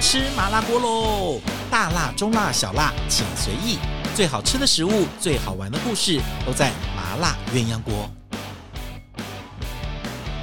吃麻辣锅喽！大辣、中辣、小辣，请随意。最好吃的食物，最好玩的故事，都在麻辣鸳鸯锅。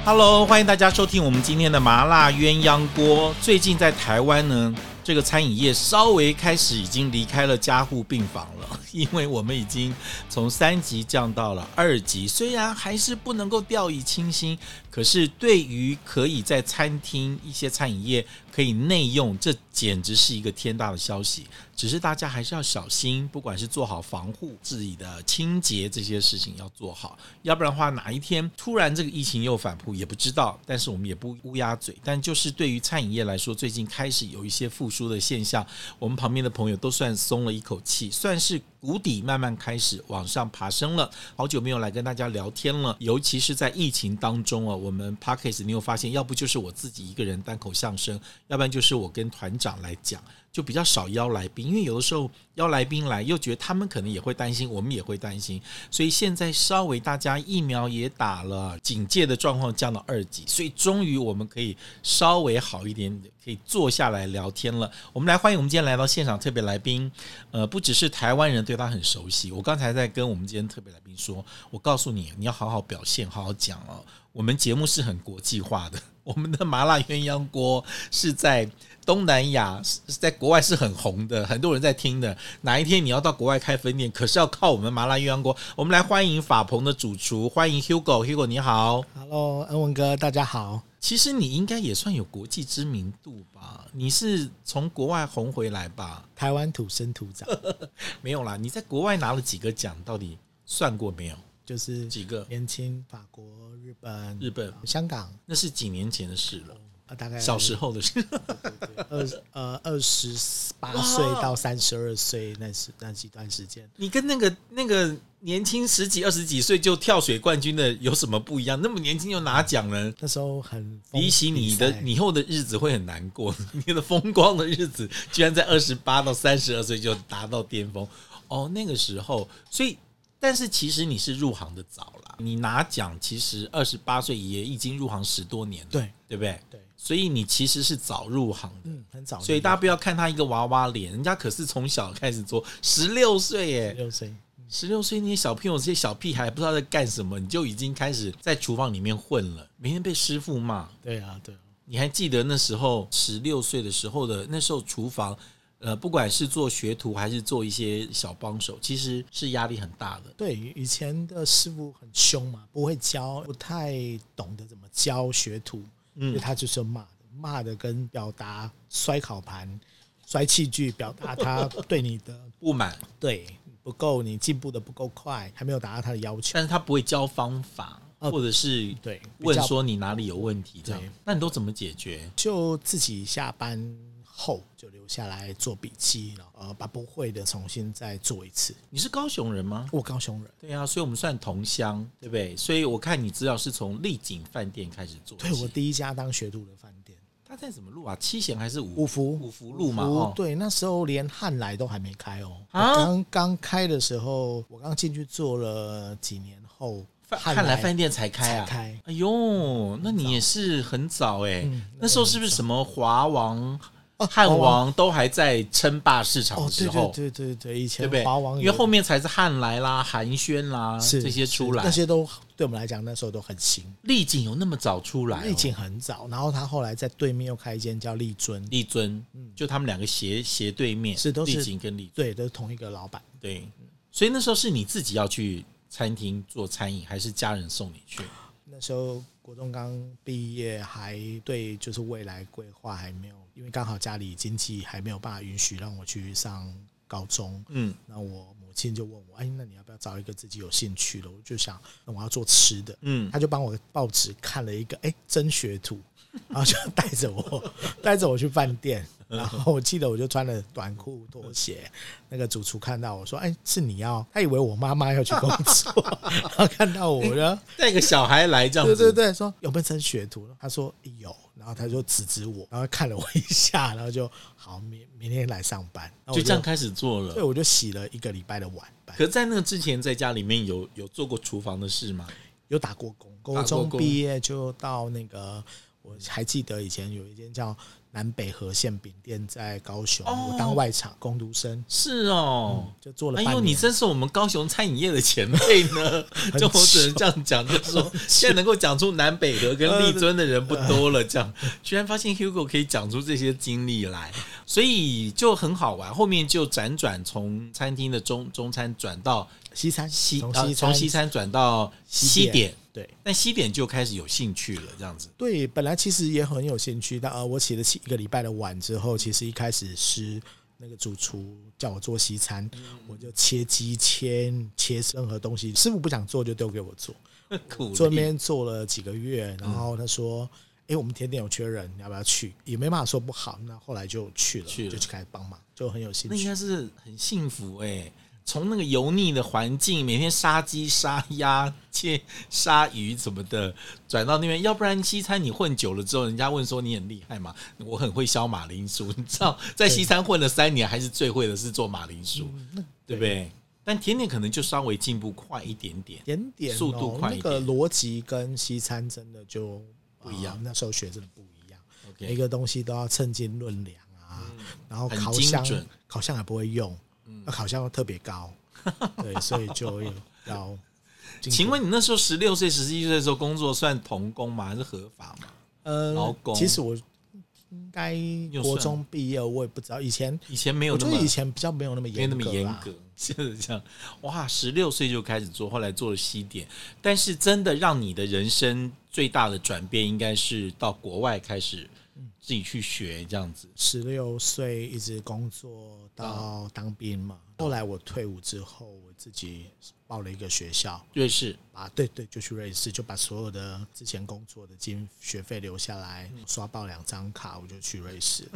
Hello，欢迎大家收听我们今天的麻辣鸳鸯锅。最近在台湾呢，这个餐饮业稍微开始已经离开了加护病房了， 因为我们已经从三级降到了二级。虽然还是不能够掉以轻心，可是对于可以在餐厅一些餐饮业可以内用，这简直是一个天大的消息。只是大家还是要小心，不管是做好防护、自己的清洁这些事情要做好，要不然的话，哪一天突然这个疫情又反扑也不知道。但是我们也不乌鸦嘴，但就是对于餐饮业来说，最近开始有一些复苏的现象，我们旁边的朋友都算松了一口气，算是谷底慢慢开始往上爬升了。好久没有来跟大家聊天了，尤其是在疫情当中啊，我们 p a c k a g e 你有发现，要不就是我自己一个人单口相声，要不然就是我跟团长来讲。就比较少邀来宾，因为有的时候邀来宾来，又觉得他们可能也会担心，我们也会担心，所以现在稍微大家疫苗也打了，警戒的状况降到二级，所以终于我们可以稍微好一点，可以坐下来聊天了。我们来欢迎我们今天来到现场特别来宾，呃，不只是台湾人对他很熟悉，我刚才在跟我们今天特别来宾说，我告诉你，你要好好表现，好好讲哦。我们节目是很国际化的，我们的麻辣鸳鸯锅是在东南亚，是在国外是很红的，很多人在听的。哪一天你要到国外开分店，可是要靠我们麻辣鸳鸯锅。我们来欢迎法鹏的主厨，欢迎 Hugo，Hugo Hugo, 你好。 Hello，恩文哥，大家好。其实你应该也算有国际知名度吧？你是从国外红回来吧？台湾土生土 长，没有啦，你在国外拿了几个奖？到底算过没有？就是几个年轻法国、日本、日本、香港，那是几年前的事了，啊，大概小时候的事。 二呃二十八哦岁到三十二岁那时那几段时间，你跟那个那个年轻十几、二十几岁就跳水冠军的有什么不一样？那么年轻就拿奖了，那时候很疯比起你的比赛以后的日子会很难过， 你的风光的日子居然在二十八到三十二岁就达到巅峰。哦，那个时候，所以但是其实你是入行的早啦，你拿奖其实二十八岁也已经入行十多年了，对对不对？对，所以你其实是早入行的。嗯，很早，所以大家不要看他一个娃娃脸，人家可是从小开始做，十六岁耶，六岁，十六岁那些小朋友，这些小屁孩不知道在干什么，你就已经开始在厨房里面混了，每天被师傅骂。对啊，对啊，你还记得那时候十六岁的时候的那时候厨房，呃，不管是做学徒还是做一些小帮手，其实是压力很大的。对，以前的师傅很凶嘛，不会教，不太懂得怎么教学徒，嗯，他就是骂的，骂的跟表达摔烤盘、摔器具，表达 他对你的不满，对不够，你进步的不够快，还没有达到他的要求，但是他不会教方法，哦或者是对，比问较说你哪里有问题这样对。那你都怎么解决？就自己下班后就留下来做笔记，然后呃把不会的重新再做一次。你是高雄人吗？我高雄人，对啊，所以我们算同乡，对不对？所以我看你资料是从丽景饭店开始做起。对我第一家当学徒的饭店他在什么路啊？七贤还是五五福五福路嘛？服哦，对，那时候连汉来都还没开哦。啊我刚刚开的时候，我刚进去做了几年后，饭汉汉来饭店店才开啊！才开哎呦，那你也是很早哎、嗯那时候是不是什么华王、哦汉华王王都还在称霸市场哦的，时对候，对对对对，以对前不对华王？有因为后面才是汉来啦、寒暄啦是这些出是来那。些都对我们来讲那时候都很新。丽景有那么早出来、哦？丽景很早，然后他后来在对面又开一间叫丽尊，丽尊，就他们两个斜斜对面，嗯是都是丽景跟丽尊对，都是同一个老板。对。所以那时候是你自己要去餐厅做餐饮，还是家人送你去？那时候国中刚毕业，还对就是未来规划还没有，因为刚好家里经济还没有办法允许让我去上高中。嗯，那我母亲就问我，哎，那你要不要找一个自己有兴趣的？我就想，那我要做吃的。嗯他就帮我报纸看了一个，哎，真学徒，然后就 带着我，带着我去饭店。然后我记得我就穿了短裤拖鞋，那个主厨看到我说：“哎，是你要？”他以为我妈妈要去工作， 然后看到我呢，带个小孩来这样对子，对对，说有没有真学徒？他说有，然后他就指指我，然后看了我一下，然后就好，明明天来上班，然后哦我就这样，开始做了对，。我就洗了一个礼拜的晚班，可在那之前，在家里面有有做过厨房的事吗？有打过工，打高过中工毕业就到那个。我还记得以前有一间叫南北河馅饼店在高雄，哦我当外场工读生，是哦。就做嗯了哎半呦，年。你真是我们高雄餐饮业的前辈 呢！很就我只能这样讲，就是 说现在能够讲出南北河嗯跟立尊的人不多了，这样居然发现 Hugo 可以讲出这些经历来，所以就很好玩。后面就辗转从餐厅的中中餐转到西餐，西，从呃西从餐西餐转到西西点点，对但西点就开始有兴趣了，这样子。 对，本来其实也很有兴趣，但呃，我起了起一个礼拜的晚之后，其实一开始是那个主厨叫我做西餐，嗯我就切鸡、切切任何东西，师傅不想做就丢给我做，苦做那力边做了几个月，然后他说。哎、我们甜点有缺人，你要不要去？也没办法说不好，那后来就去了，去了就去开始帮忙，就很有兴那应趣。该是很幸福哎、从那个油腻的环境，每天杀鸡、杀鸭、切鲨鱼什么的，转到那边，要不然西餐你混久了之后，人家问说你很厉害嘛，我很会削马铃薯，你 知道，在西餐混了三年，还是最会的是做马铃薯，嗯对不对？但甜点可能就稍微进步快一点点，甜点、哦、速度快一那个点逻辑跟西餐真的就不一样啊那时候学真的不一样。 OK 嗯每个东西都要称斤论两啊，然后很烤精箱准嗯烤箱也不会用，那烤箱又特别高，对， 所以就要进步。请问你那时候十六岁、十七岁的时候工作算童工吗？还是合法吗？呃劳工其实我应该又国算中毕业，我也不知道以前。以前没有我那觉么得以前比较没有那么没有严那格，么啊严格。， 就是这样。哇，十六岁就开始做，后来做了西点，但是真的让你的人生最大的转变，应该是到国外开始自己去学这样子。十六岁一直工作到当兵嘛，嗯后来我退伍之后，我自己报了一个学校，瑞士把对对，就去瑞士，就把所有的之前工作的经学费留下来，嗯刷爆两张卡，我就去瑞士。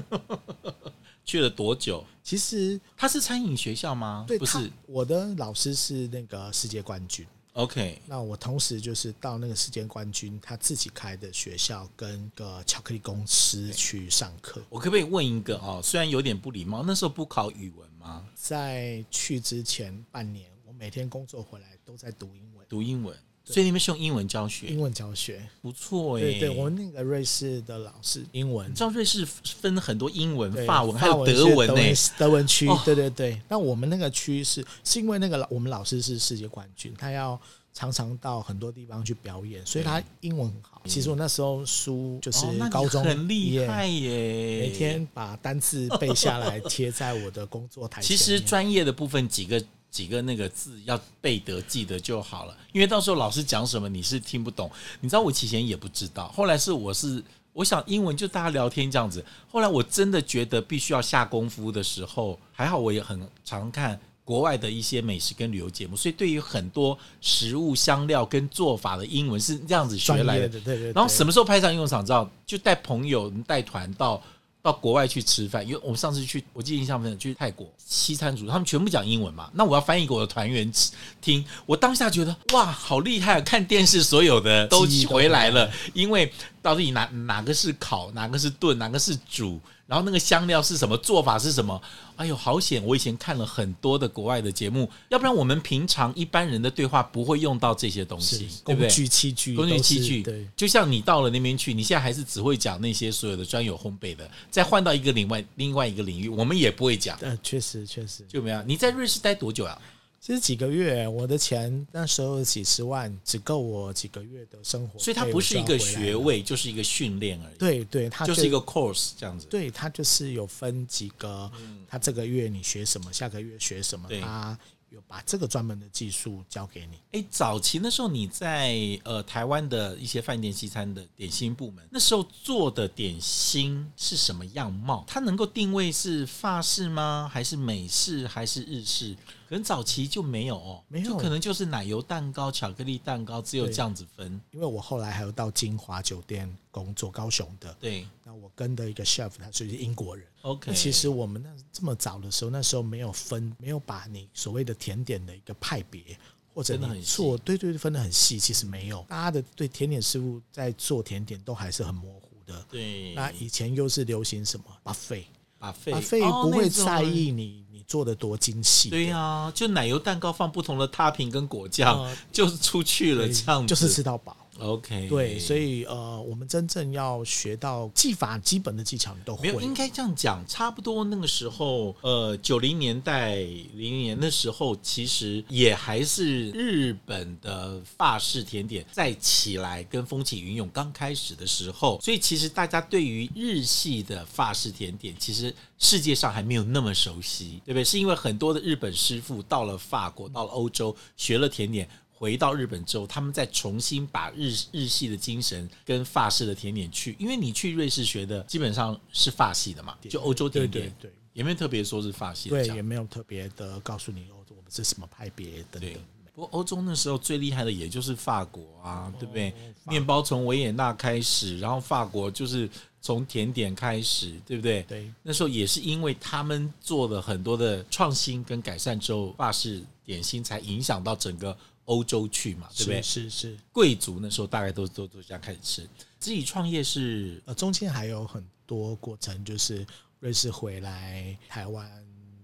去了多久？其实他是餐饮学校吗？对不他是。我的老师是那个世界冠军， OK，那我同时就是到那个世界冠军他自己开的学校跟个巧克力公司去上课。我可不可以问一个哦？虽然有点不礼貌，那时候不考语文吗？在去之前半年，我每天工作回来都在读英文，读英文，所以你们是用英文教学，英文教学。不错哎、对对，我们那个瑞士的老师英文你知道瑞士分很多英文、对法文还有是德文呢、欸德文区哦，对对对。那我们那个区是是因为那个老我们老师是世界冠军，他要常常到很多地方去表演，所以他英文很好。其实我那时候书就嗯是哦那你高中很毕厉业害耶，每天把单字背下 来，贴在我的工作台前其面。实专业的部分几个几个那个字要背得记得就好了，因为到时候老师讲什么你是听不懂。你知道我以前也不知道，后来是我是我想英文就大家聊天这样子，后来我真的觉得必须要下功夫的时候，还好我也很常看。国外的一些美食跟旅游节目，所以对于很多食物香料跟做法的英文是这样子学专来业的的，，对对对。然后什么时候派上用场？知道就带朋友带团到到国外去吃饭，因为我们上次去，我记得印象很深，去泰国西餐组，他们全部讲英文嘛，那我要翻译给我的团员吃听，我当下觉得哇，好厉害！看电视所有的都记忆都回来了，因为到底哪哪个是烤，哪个是炖，哪个是煮，然后那个香料是什么，做法是什么？哎呦，好险！我以前看了很多的国外的节目，要不然我们平常一般人的对话不会用到这些东西是，对不工对？具器具工具都是器具，对，就像你到了那边去，你现在还是只会讲那些所有的专有烘焙的，再换到一个另外另外一个领域，我们也不会讲，呃，确实确实。就没有。啊你在瑞士待多久啊？其实几个月，我的钱那时候几十万，只够我几个月的生活费。所以它不是一哎我个就要回来学位，就是一个训练而已，对对，它就是一个 course 这样子。对，它就是有分几个，它这个月你学什么，下个月学什么嗯对，它有把这个专门的技术教给你。哎，早期那时候你在呃台湾的一些饭店西餐的点心部门，那时候做的点心是什么样貌？它能够定位是法式吗？还是美式？还是日式？可能早期就没有哦，没有就可能就是奶油蛋糕、巧克力蛋糕，只有对这样子分。因为我后来还有到金华酒店工作，高雄的，对那我跟的一个 chef，他是英国人。 ，OK。那其实我们那这么早的时候，那时候没有分，没有把你所谓的甜点的一个派别。或者分得很你做对对对分得很细，其实没有，大家的对甜点师傅在做甜点都还是很模糊的。对，那以前又是流行什么 buffet，把费啊，费哦不会在。意你你做的多精细，对呀、啊就奶油蛋糕放不同的 topping 跟果酱，嗯就是出去了这样子，就是吃到饱。 OK，对，所以呃，我们真正要学到技法基本的技巧，你都没会。有应该这样讲，差不多那个时候，呃，九零年代、零年的时候，其实也还是日本的法式甜点在起来跟风起云涌刚开始的时候，所以其实大家对于日系的法式甜点，其实世界上还没有那么熟悉，对不对？是因为很多的日本师傅到了法国、到了欧洲学了甜点。回到日本之后，他们再重新把日日系的精神跟法式的甜点去，因为你去瑞士学的基本上是法系的嘛，就欧洲对甜对点，对也没有特别说是法系的对，这样也没有特别的告诉你哦，我们是什么派别等等对。。不过欧洲那时候最厉害的也就是法国啊，对不对？哦法面包从维也纳开始，然后法国就是从甜点开始，对不对？对，那时候也是因为他们做了很多的创新跟改善之后，法式点心才影响到整个欧洲去嘛，对不对？是是是，贵族那时候大概都都都这样开始吃。自己创业是呃，中间还有很多过程，就是瑞士回来台湾，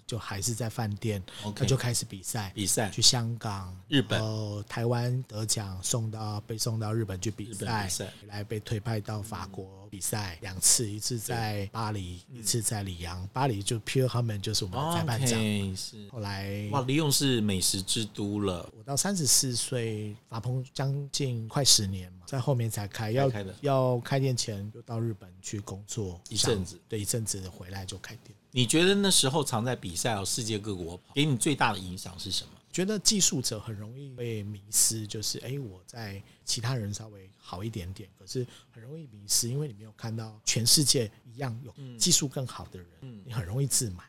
就还是在饭店， OK 他就开始比赛，比赛，去香港、日本然后台湾得奖，送到被送到日本去比日本赛比赛，来被推派到法国比赛两次，一次在巴黎，一次在里昂。巴黎就 Pierre h a m a n 就是我们的裁判长。哦 OK 是后来哇，利用是美食之都了，我到三十四岁，法鹏将近快十年嘛，在后面才开，要开的要开店前就到日本去工作一阵子上，对，一阵子回来就开店。你觉得那时候常在比赛哦，世界各国跑，给你最大的影响是什么？觉得技术者很容易被迷失，就是哎、诶我在其他人稍微好一点点，可是很容易迷失，因为你没有看到全世界一样有技术更好的人，你很容易自满。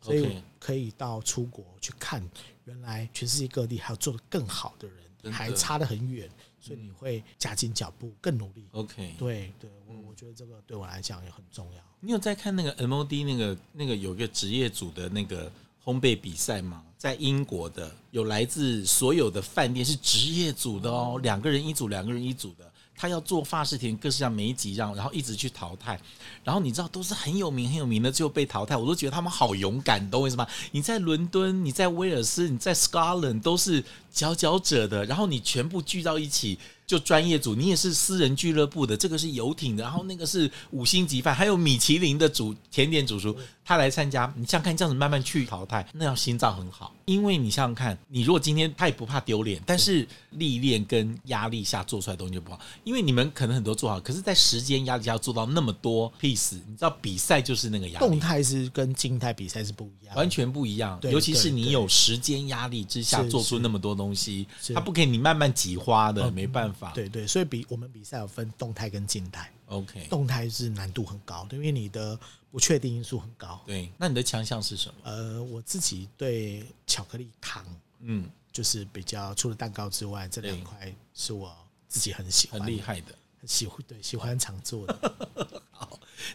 所以嗯 OK 我可以到出国去看，原来全世界各地还有做得更好的真人，的还差得很远，所以你会加紧脚步，更努力。 OK，对对，我嗯我觉得这个对我来讲也很重要。你有在看那个 MOD 那个那个有个职业组的那个烘焙比赛吗？在英国的，有来自所有的饭店是职业组的哦，两个人一组，两个人一组的。他要做法式甜，各式样每一集让，然后一直去淘汰，然后你知道都是很有名很有名的，最后被淘汰，我都觉得他们好勇敢，你懂我意思吗？你在伦敦，你在威尔斯，你在 Scotland 都是佼佼者的，然后你全部聚到一起，就专业组，你也是私人俱乐部的，这个是游艇的，然后那个是五星级饭，还有米其林的主甜点主厨，他来参加，你想想看，这样子慢慢去淘汰，那要心脏很好，因为你想想看，你如果今天他也不怕丢脸，但是历练跟压力下做出来的东西就不好，因为你们可能很多做好，可是在时间压力下要做到那么多 piece，你知道比赛就是那个压力动。态是跟静态比赛是不一样的，完全不一样，对尤其是对你对有时间压力之下是做出是那么多东西，是哦它不给你慢慢挤花的，没办法。对对，所以比我们比赛有分动态跟静态， ，OK，动态是难度很高的，因为你的不确定因素很高。对，那你的强项是什么？呃，我自己对巧克力糖嗯，就是比较除了蛋糕之外，这两块是我自己很喜欢很的，厉害的。很喜欢对喜欢常做的，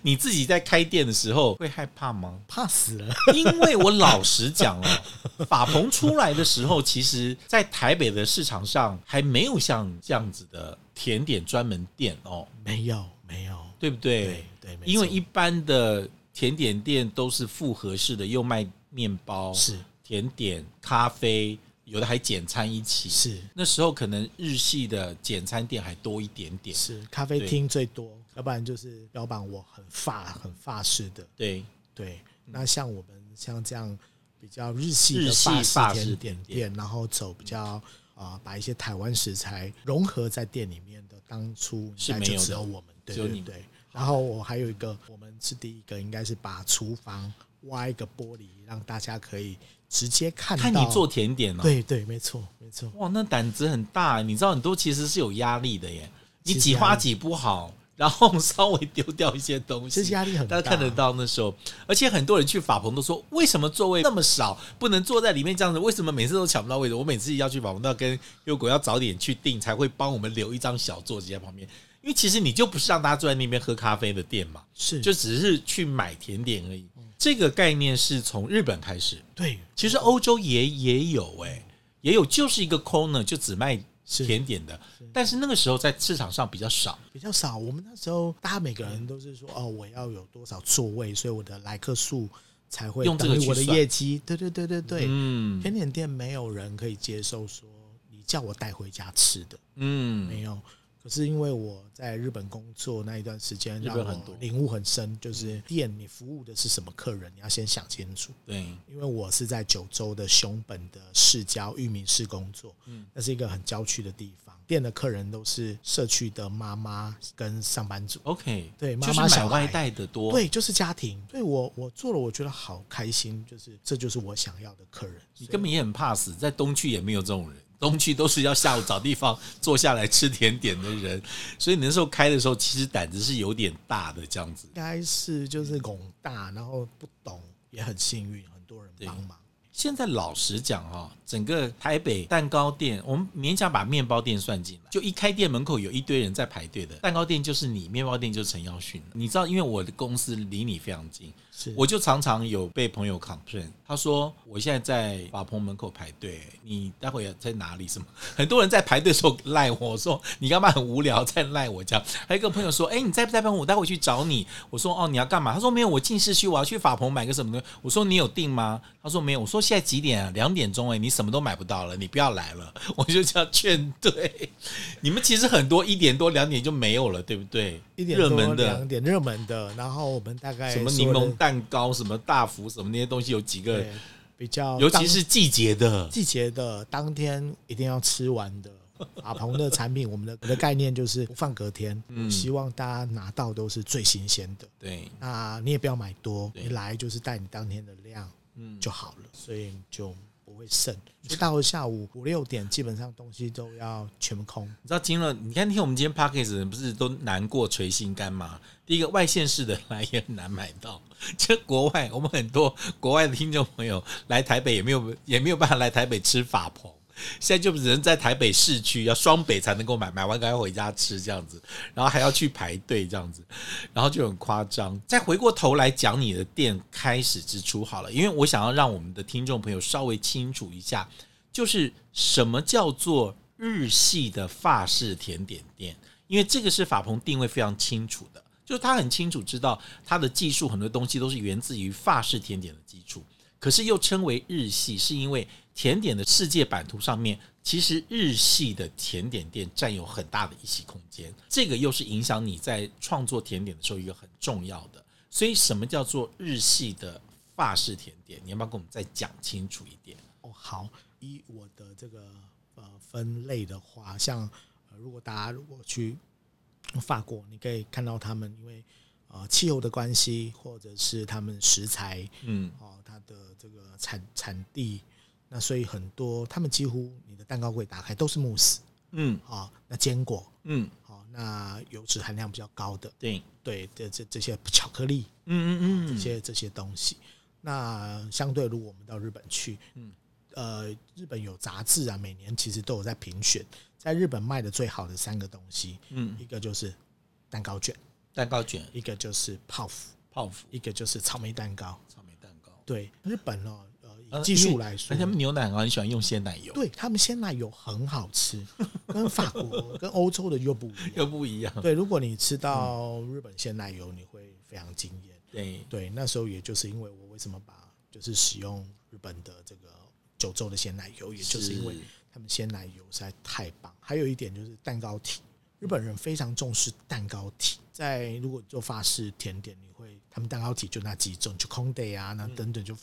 你自己在开店的时候会害怕吗？怕死了。因为我老实讲哦， 法鹏出来的时候，其实在台北的市场上还没有像这样子的甜点专门店哦，没有没有，对不对？对对，没因为错一般的甜点店都是复合式的，又卖面包、是甜点、咖啡，有的还简餐一起。是那时候可能日系的简餐店还多一点点。是咖啡对厅最多，要不然就是标榜我很法很法式的。对，对，那像我们像这样比较日系嗯日的系法法式式甜甜点店，然后走比较啊、呃把一些台湾食材融合在店里面的，当初是应该没就有只的有我们，对只有对你对。然后我还有一个，我们是第一个，应该是把厨房挖一个玻璃，让大家可以直接看到。看你做甜点哦，对对，没错没错，哇，那胆子很大，欸你知道很多其实是有压力的耶，你其实挤压花力挤不好，然后 稍微丢掉一些东其西，实压力很大大。家看得到那时候，而且很多人去法棚都说，为什么座位那么少，不能坐在里面这样子？为什么每次都抢不到位置？我每次要去法棚都要跟佑果要早点去订，才会帮我们留一张小座席在旁边。因为其实你就不是让大家坐在那边喝咖啡的店嘛，是，嗯就就只是去买甜点而已。这个概念是从日本开始，对，其实欧洲也也有哎、也有就是一个 corner 就只卖是甜点的，但是那个时候在市场上比较少。比较少。我们那时候大家每个人都是说，哦，我要有多少座位，所以我的来客数才会用这个等于我的去算业绩。对对对对对，嗯甜点店没有人可以接受说你叫我带回家吃的，嗯，没有。可是因为我在日本工作那一段时间，日让本我很多嗯领悟很深，就是店你服务的是什么客人，你要先想清楚。对，因为我是在九州的熊本的市郊玉民市工作，嗯那是一个很郊区的地方，店的客人都是社区的妈妈跟上班族， OK，对就是妈妈买小孩外带的多，，对，就是家庭。所以我我做了，我觉得好开心，就是这就是我想要的客人。你所以根本也很怕死，在东区也没有这种人，东区都是要下午找地方坐下来吃甜点的人，所以你那时候开的时候，其实胆子是有点大的这样子应。该是就是拱大，然后不懂，也很幸运，很多人帮忙。现在老实讲哦，整个台北蛋糕店，我们勉强把面包店算进来，就一开店门口有一堆人在排队的，蛋糕店就是你，面包店就是陈耀迅。你知道，因为我的公司离你非常近，是我就常常有被朋友 complain，他说我现在在法鹏门口排队，你待会在哪里？什么？ 很多人在排队的时候赖我，我说你干嘛很无聊在赖我这样。还有一个朋友说，哎、你在不在办？我待会去找你。我说哦，你要干嘛？他说没有，我进市区，我要去法鹏买个什么东西。我说你有订吗？他说没有。我说现在几点啊？两点钟哎、你什么都买不到了，你不要来了。 我就这样劝退。你们其实很多一点多两点就没有了，对不对？一点热多门的两点热门的，然后我们大概什么所柠有哎的檬蛋糕、什么大福、什么那些东西，有几个对，比较尤当其是季节的，季节的当天一定要吃完 的。阿鹏的产品，我们的我的概念就是不放隔天，嗯希望大家拿到都是最新鲜的。对，那你也不要买多，对你来就是带你当天的量嗯，就好了，所以就不会剩。就到了下午五六点，基本上东西都要全空。你知道经了，你看听我们今天 p a c k a g e 人不是都难过捶心肝嘛？第一个外县市的来也很难买到， 这国外我们很多国外的听众朋友来台北也没有也没有办法来台北吃法鹏。现在就只能在台北市区，要双北才能够买，买完赶快回家吃这样子，然后还要去排队这样子，然后就很夸张。再回过头来讲你的店开始之初好了，因为我想要让我们的听众朋友稍微清楚一下，就是什么叫做日系的法式甜点店，因为这个是法鹏定位非常清楚的，就是他很清楚知道他的技术很多东西都是源自于法式甜点的基础，可是又称为日系，是因为甜点的世界版图上面，其实日系的甜点店占有很大的一席空间，这个又是影响你在创作甜点的时候一个很重要的。所以，什么叫做日系的法式甜点？你要不要跟我们再讲清楚一点？哦，好，以我的这个呃分类的话，像、呃、如果大家如果去法国，你可以看到他们因为呃气候的关系，或者是他们食材嗯，哦，它的这个产产地，那所以很多他们几乎你的蛋糕柜打开都是慕斯嗯啊，那坚果嗯，哦，那油脂含量比较高的，对，对，这这这些巧克力嗯嗯这嗯，些这些东西。那相对，如果我们到日本去，嗯嗯，呃，日本有杂志啊，每年其实都有在评选，在日本卖的最好的三个东西，嗯，一个就是蛋糕卷，蛋糕卷、一个就是泡芙，泡芙、一个就是草莓蛋糕。草莓蛋糕，对，日本哦，呃，呃以技术因为来说而且，他们牛奶很好很喜欢用鲜奶油，对他们鲜奶油很好 吃，跟法国、跟欧洲的又不一又样。不一样。对，如果你吃到日本鲜奶油，你会非常惊艳。对，对，那时候也就是因为我为什么把就是使用日本的这个九州的鲜奶油，也就是因为他们鲜奶油实在太棒。还有一点就是蛋糕体，日本人非常重视蛋糕体，在如果做法式甜点，你会他们蛋糕体就那几种，就 c o d 啊，那等等就、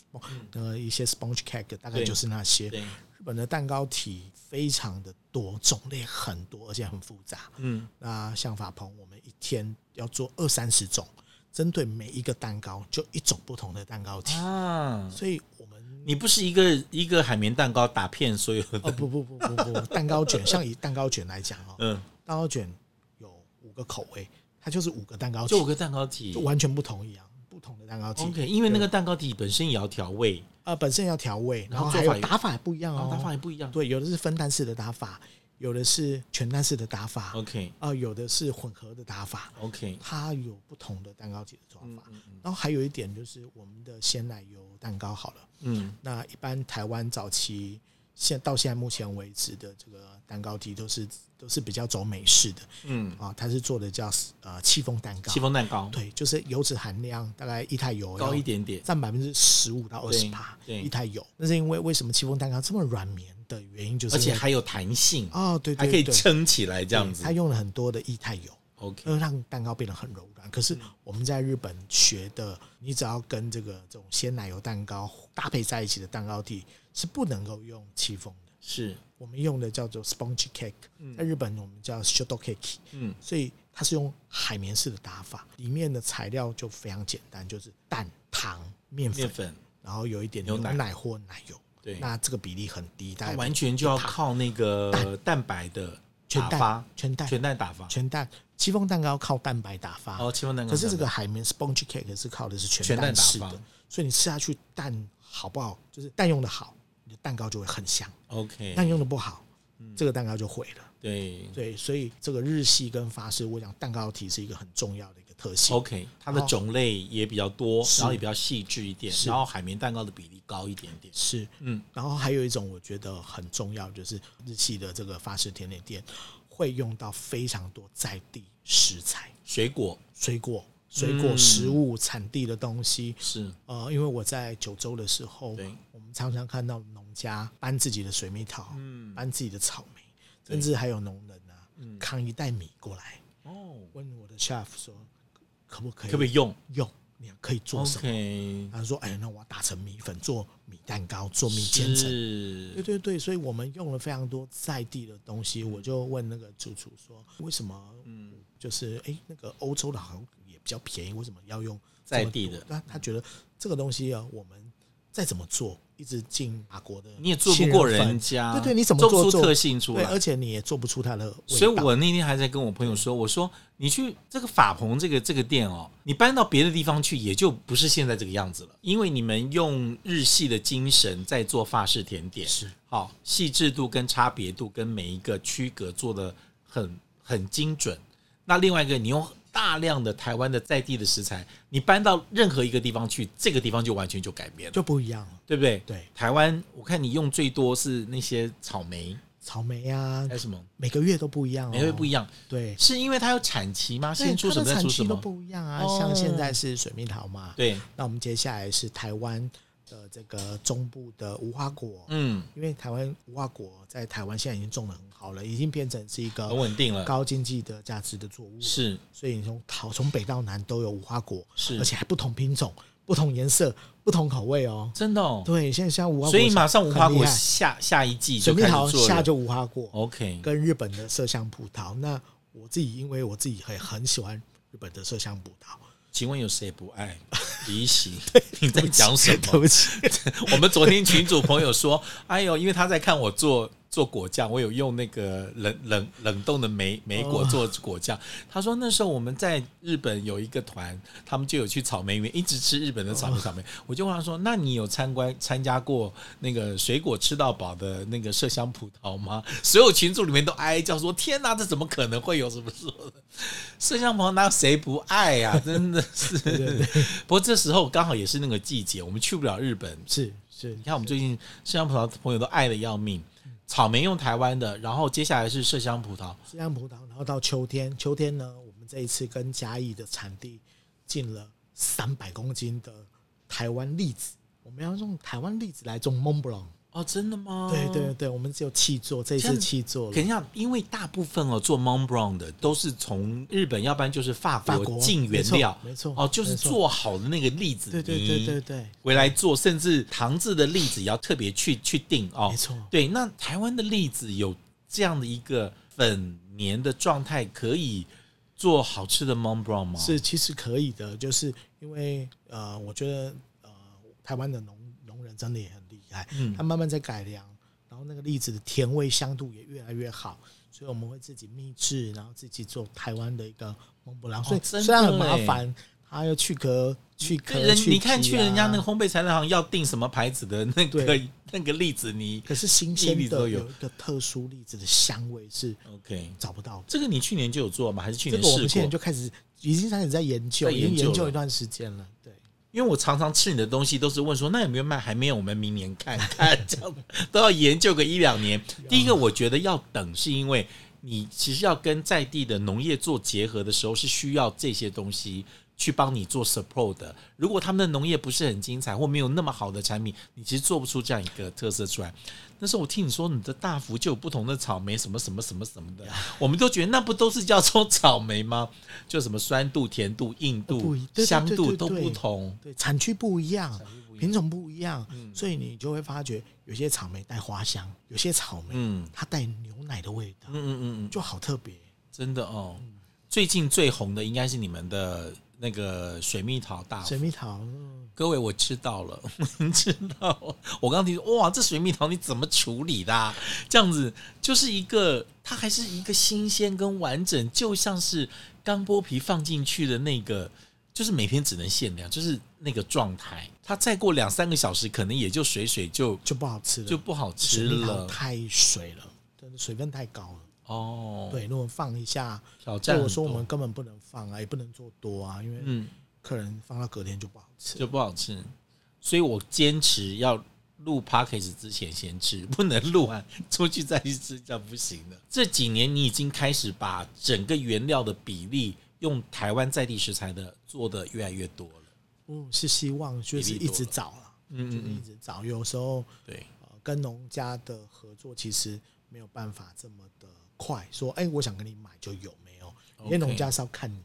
呃一些 sponge cake 大概嗯对就是那些。对，日本的蛋糕体非常的多，种类很多，而且很复杂。嗯，那像法鹏，我们一天要做二三十种，针对每一个蛋糕就一种不同的蛋糕体，啊，所以我们你不是一个一个海绵蛋糕打遍所有哦的，不不不不不，蛋糕卷像以蛋糕卷来讲哦，嗯，蛋糕卷有五个口味，它就是五个蛋糕体哦就，有个蛋糕体就完全不同一样，不同的蛋糕体，OK，因为那个蛋糕体本身也要调味，呃本身要调味，然然后后还做法也有打法也不一样然后哦，打法也不一样。对，有的是分蛋式的打法，有的是全蛋式的打法， ，OK 啊、有的是混合的打法， OK，它有不同的蛋糕体的做法。嗯嗯然后还有一点就是我们的鲜奶油蛋糕好了，嗯那一般台湾早期现到现在目前为止的这个蛋糕体都是都是比较走美式的嗯，啊，它是做的叫呃戚风蛋糕戚，风蛋糕对，就是油脂含量大概一太油高一要点点，占百分之十五到二十帕，对对一台油。那是因为为什么戚风蛋糕这么软绵的原因，就是而且因为还有弹性，哦，对对还对，可以撑起来这样对子它。用了很多的液态油， OK，呃，让蛋糕变得很柔软。可嗯是我们在日本学的，你只要跟这个这种鲜奶油蛋糕搭配在一起的蛋糕体是不能够用戚风的。是，我们用的叫做 sponge cake，、在日本我们叫 shoto cake，嗯，所以它是用海绵式的打法，里面的材料就非常简单，就是蛋、糖、面粉面，粉，然后有一点牛牛奶奶或奶油。对那这个比例很低，大它概完全就要靠那个蛋白的全打发蛋、，全蛋、全蛋打发。全蛋。戚风蛋糕靠蛋白打发，哦，戚风蛋糕。可是这个海绵 sponge cake 是靠的是全全蛋蛋打式发的，所以你吃下去蛋好不好，就是蛋用的好，你的蛋糕就会很香； OK，蛋用的不好，嗯这个蛋糕就毁了。对对，所以这个日系跟法式，我讲蛋糕体是一个很重要的一个特性。 ，OK，它的种类也比较多，是然后也比较细致一点，是然后海绵蛋糕的比例高一点点。是，嗯，然后还有一种我觉得很重要，就是日系的这个法式甜点店会用到非常多在地食材、水果水果、水果、嗯食物、产地的东西，是，呃，因为我在九州的时候对，我们常常看到农家搬自己的水蜜桃，嗯，搬自己的草莓，对甚至还有农人啊，嗯扛一袋米过来，哦，问我的 chef 说，可不可可以不可以哦用用？你可以做什么？ ？OK，他说，哎，那我要打成米粉，做米蛋糕，做米千层。对是，对对，所以我们用了非常多在地的东西。我就问那个主厨说，为什么？嗯，就是哎，那个欧洲的好像也比较便宜，为什么要用这在么地多的？那他觉得这个东西啊，我们再怎么做，一直进法国的，你也做不过人。家，对对你怎么做不做出做特性出对，来？而且你也做不出它的味道。所以我那天还在跟我朋友说，我说你去这个法鹏这个这个店哦，你搬到别的地方去，也就不是现在这个样子了，因为你们用日系的精神在做法式甜点，是好细致度跟差别度跟每一个区隔做的很很精准。那另外一个，你用大量的台湾的在地的食材，你搬到任何一个地方去，这个地方就完全就改变了，就不一样了。对不对？对，台湾我看你用最多是那些草莓，草莓啊还有，什么每个月都不一样、哦，莓会不一样。样。对，是因为它有产期吗？对先出它什么的再产出区什都么？不一样啊。哦像现在是水蜜桃嘛，对，那我们接下来是台湾的这个中部的无花果，嗯，因为台湾无花果在台湾现在已经种的很好了，已经变成是一很个稳定了。高经济的价值的作物。，是所以你从桃从北到南都有无花果，是而且还不同品种、不同颜色、不同口味哦。真的哦，对，现在像无花果，所以马上无花很果厉害下下一季水就蜜开桃始做下了。就无花果， OK，跟日本的麝香葡萄。那我自己因为我自己很很喜欢日本的麝香葡萄，请问有谁不 爱离席？你在讲什对么？不起， 我们昨天群主朋友说，哎呦，因为他在看我做做果酱，我有用那个冷冷冷冻的莓莓果哦做果酱。他说那时候我们在日本有一个团，他们就有去草莓园，一直吃日本的草莓草莓。我就问他说，那你有参观参加过那个水果吃到饱的那个麝香葡萄吗？所有群组里面都哀叫说，天哪，这怎么可能会有什么说的？麝香葡萄那谁不爱呀、真的是。不过这时候刚好也是那个季节，我们去不了日本，是是你看我们最近麝香葡萄的朋友都爱的要命，草莓用台湾的，然后接下来是麝香葡萄，麝香葡萄，然后到秋天，秋天呢，我们这一次跟嘉义的产地进了三百公斤的台湾栗子，我们要用台湾栗子来种 Mont Blanc。哦，真的吗？对对。对，我们只有气做，这一这次样气做可了。你想，因为大部分哦做 Mont Blanc 的都是从日本，要不然就是法法国国进原料，没错没错哦，就是没错做好的那个栗子对泥，对对对对，回来做，甚至糖制的栗子也要特别去去定哦。没错对，那台湾的栗子有这样的一个粉黏的状态，可以做好吃的 Mont Blanc 吗？是其实可以的，就是因为呃，我觉得呃，台湾的农农人真的也很厉害，嗯他慢慢在改良，然后那个栗子的甜味香度也越来越好，所以我们会自己秘制，然后自己做台湾的一个蒙布朗，所以、哦真的虽然很麻欸烦，它要去壳、去壳、对人，去你看皮去人家啊那个烘焙材料行要订什么牌子的那个对 那个栗子泥可是新栗鲜子都的有有一个特殊栗子的香味是，OK，找不到的。这个你去年就有做吗？还是去这年个我们试现在过？就开始已经开始在研究，在已经研究研究了一段时间了。对，因为我常常吃你的东西都是问说那有没有卖，还没有，我们明年看 看，这样都要研究个一两年。 第一个我觉得要等，是因为你其实要跟在地的农业做结合的时候，是需要这些东西去帮你做 support 的。如果他们的农业不是很精彩，或没有那么好的产品，你其实做不出这样一个特色出来。那时候我听你说你的大福就有不同的草莓，什么什么什么什么的，我们都觉得那不都是叫做草莓吗？就什么酸度、甜度、硬哦不度一对、对香对度对都对不同。对，产区不一样区不一，样嗯品种不一样，所以你就会发觉有些草莓带花香，有些草莓嗯它带牛奶的味道嗯，嗯嗯嗯，就好特别。真的哦。嗯最近最红的应该是你们的那个水蜜桃大福水蜜桃，嗯各位，我吃到了，我知道。我刚刚听说，哇，这水蜜桃你怎么处理的啊、这样子就是一个，它还是一个新鲜跟完整，就像是刚剥皮放进去的那个，就是每天只能限量，就是那个状态。它再过两三个小时，可能也就水水就就不好吃了，就不好吃水蜜桃了。太水了，真的水分太高了。哦，，对，如果放一下，挑战如很果多。说我们根本不能放啊，也不能做多啊，因为嗯，客人放到隔天就不好吃。就不好吃，所以我坚持要录 p a c k a g e 之前先吃， 不能录完出去再去吃，这样不行的。这几年你已经开始把整个原料的比例用台湾在地食材的做的越来越多了。嗯，是希望就是比例一多直了找了，嗯就是一直找。有时候对，呃，跟农家的合作其实没有办法这么的快，说哎、我想跟你买就有没有？因为 OK 嗯农家是要看你，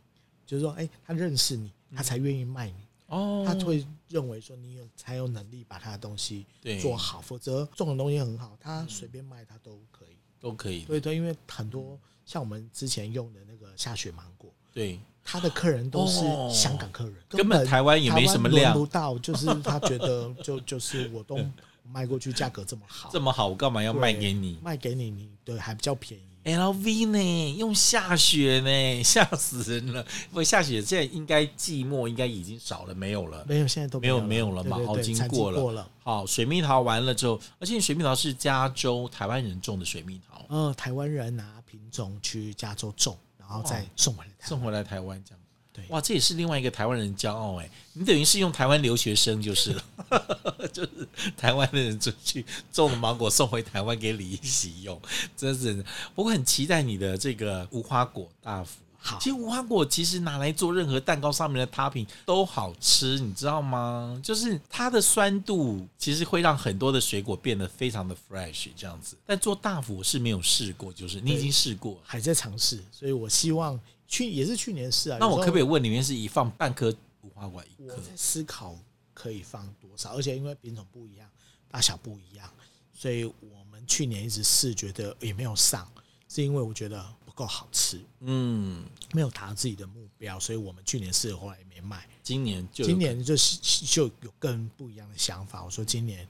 就是说哎、他认识你，他才愿意卖你，哦他会认为说你有才有能力把他的东西对做好，否则种的东西很好，他随便卖他都可以。都可以，对对，因为很多像我们之前用的那个下雪芒果，对，他的客人都是哦香港客人，根本台湾也没什么台湾量轮不到，就是他觉得就就是我 都卖过去价格这么好，这么好，我干嘛要卖给你卖给你，你对还比较便宜。 ？LV 呢？用下雪呢？吓死人了！不，下雪现在应该寂寞，应该已经少了，没有了。没有，现在都没有了没有了嘛对对哦对经产过了过了。好，水蜜桃完了之后，而且水蜜桃是加州台湾人种的水蜜桃，呃，台湾人拿品种去加州种，然后再送回来台送湾。回来台湾这样。对哇，这也是另外一个台湾人骄傲哎，你等于是用台湾留学生就是了， 就是台湾的人出去种了芒果送回台湾给李一席用，真是。不过很期待你的这个无花果大福。好其实无花果其实拿来做任何蛋糕上面的 topping 都好吃，你知道吗？就是它的酸度其实会让很多的水果变得非常的 fresh 这样子。但做大福我是没有试过，就是你已经试过了。还在尝试，所以我希望去也是去年是啊。那我可不可以以？问，里面是一放半颗无花果，一我颗在思考可以放多少，而且因为品种不一样，大小不一样，所以我们去年一直试，觉得也没有上，是因为我觉得不够好吃，嗯，没有达到自己的目标，所以我们去年试了，后来也没卖。今年就有今年就是就有更不一样的想法，我说今年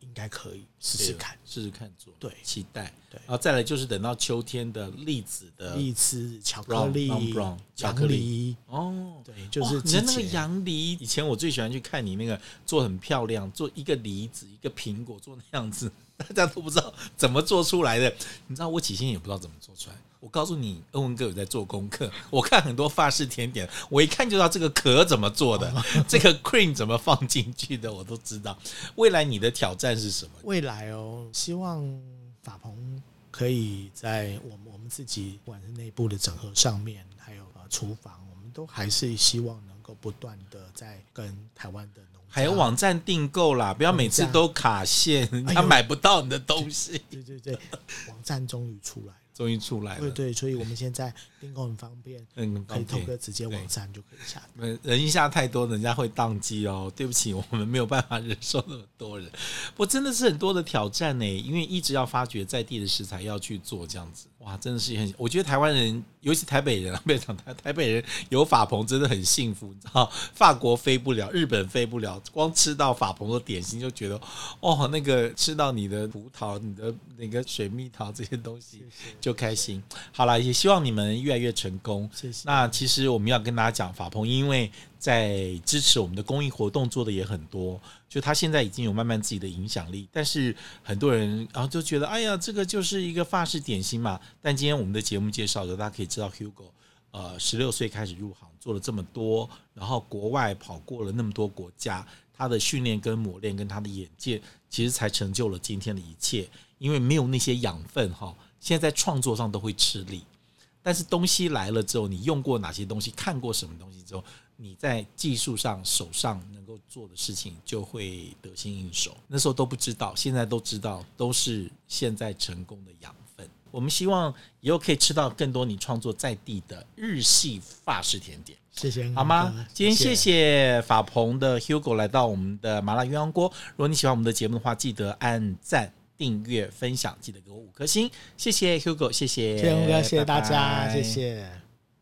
应该可以试试看。试试看做，对期待。对然后再来就是等到秋天的栗子的荔枝、巧克 Brown- 力 Brown- Brown，、巧克杨梨，哦，对，就哇是你的季那个节杨梨，以前我最喜欢去看你那个做很漂亮，做一个梨子一个苹果做那样子， 大家都不知道怎么做出来的。你知道我起先也不知道怎么做出来。我告诉你，欧文哥有在做功课，我看很多法式甜点，我一看就知道这个壳怎么做的，这个 cream 怎么放进去的，我都知道。未来你的挑战是什么？未来哦，希望法鹏可以在我们我们自己不管是内部的整合上面，还有呃厨房，我们都还是希望能够不断的在跟台湾的农家还有网站订购啦，不要每次都卡线，人家哎呦买不到你的东西。对对对网站终于出来了，终于出来对了，对，所以我们现在订购很方便，嗯，可以透方过便直接对网站就可以下单。呃，人一下太多，人家会宕机哦。对不起，我们没有办法忍受那么多人。我真的是很多的挑战呢，欸因为一直要发掘在地的食材要去做这样子，哇，真的是很。我觉得台湾人，尤其台北人啊，不要讲台台北人有法鹏真的很幸福，你知道，法国飞不了，日本飞不了，光吃到法鹏的点心就觉得，哦，那个吃到你的葡萄、你的那个水蜜桃这些东西就开心。好啦，也希望你们越来越成功。谢谢。那其实我们要跟大家讲，法鹏因为在支持我们的公益活动做的也很多，就他现在已经有慢慢自己的影响力，但是很多人然后、就觉得，嗯哎呀，这个就是一个法式点心嘛。但今天我们的节目介绍的，大家可以知道 Hugo。呃十六岁开始入行，做了这么多，然后国外跑过了那么多国家，他的训练跟磨练跟他的眼界，其实才成就了今天的一切。因为没有那些养分哈，现在在创作上都会吃力。但是东西来了之后，你用过哪些东西，看过什么东西之后，你在技术上、手上能够做的事情就会得心应手。那时候都不知道，现在都知道，都是现在成功的养分。我们希望以后可以吃到更多你创作在地的日系法式甜点。谢谢，好吗？今天谢谢谢法鹏的 Hugo 来到我们的麻辣鸳鸯锅。如果你喜欢我们的节目的话，记得按赞、订阅、分享，记得给我五颗星。谢谢 Hugo，谢谢，谢谢洪哥，谢谢大拜家，拜谢谢。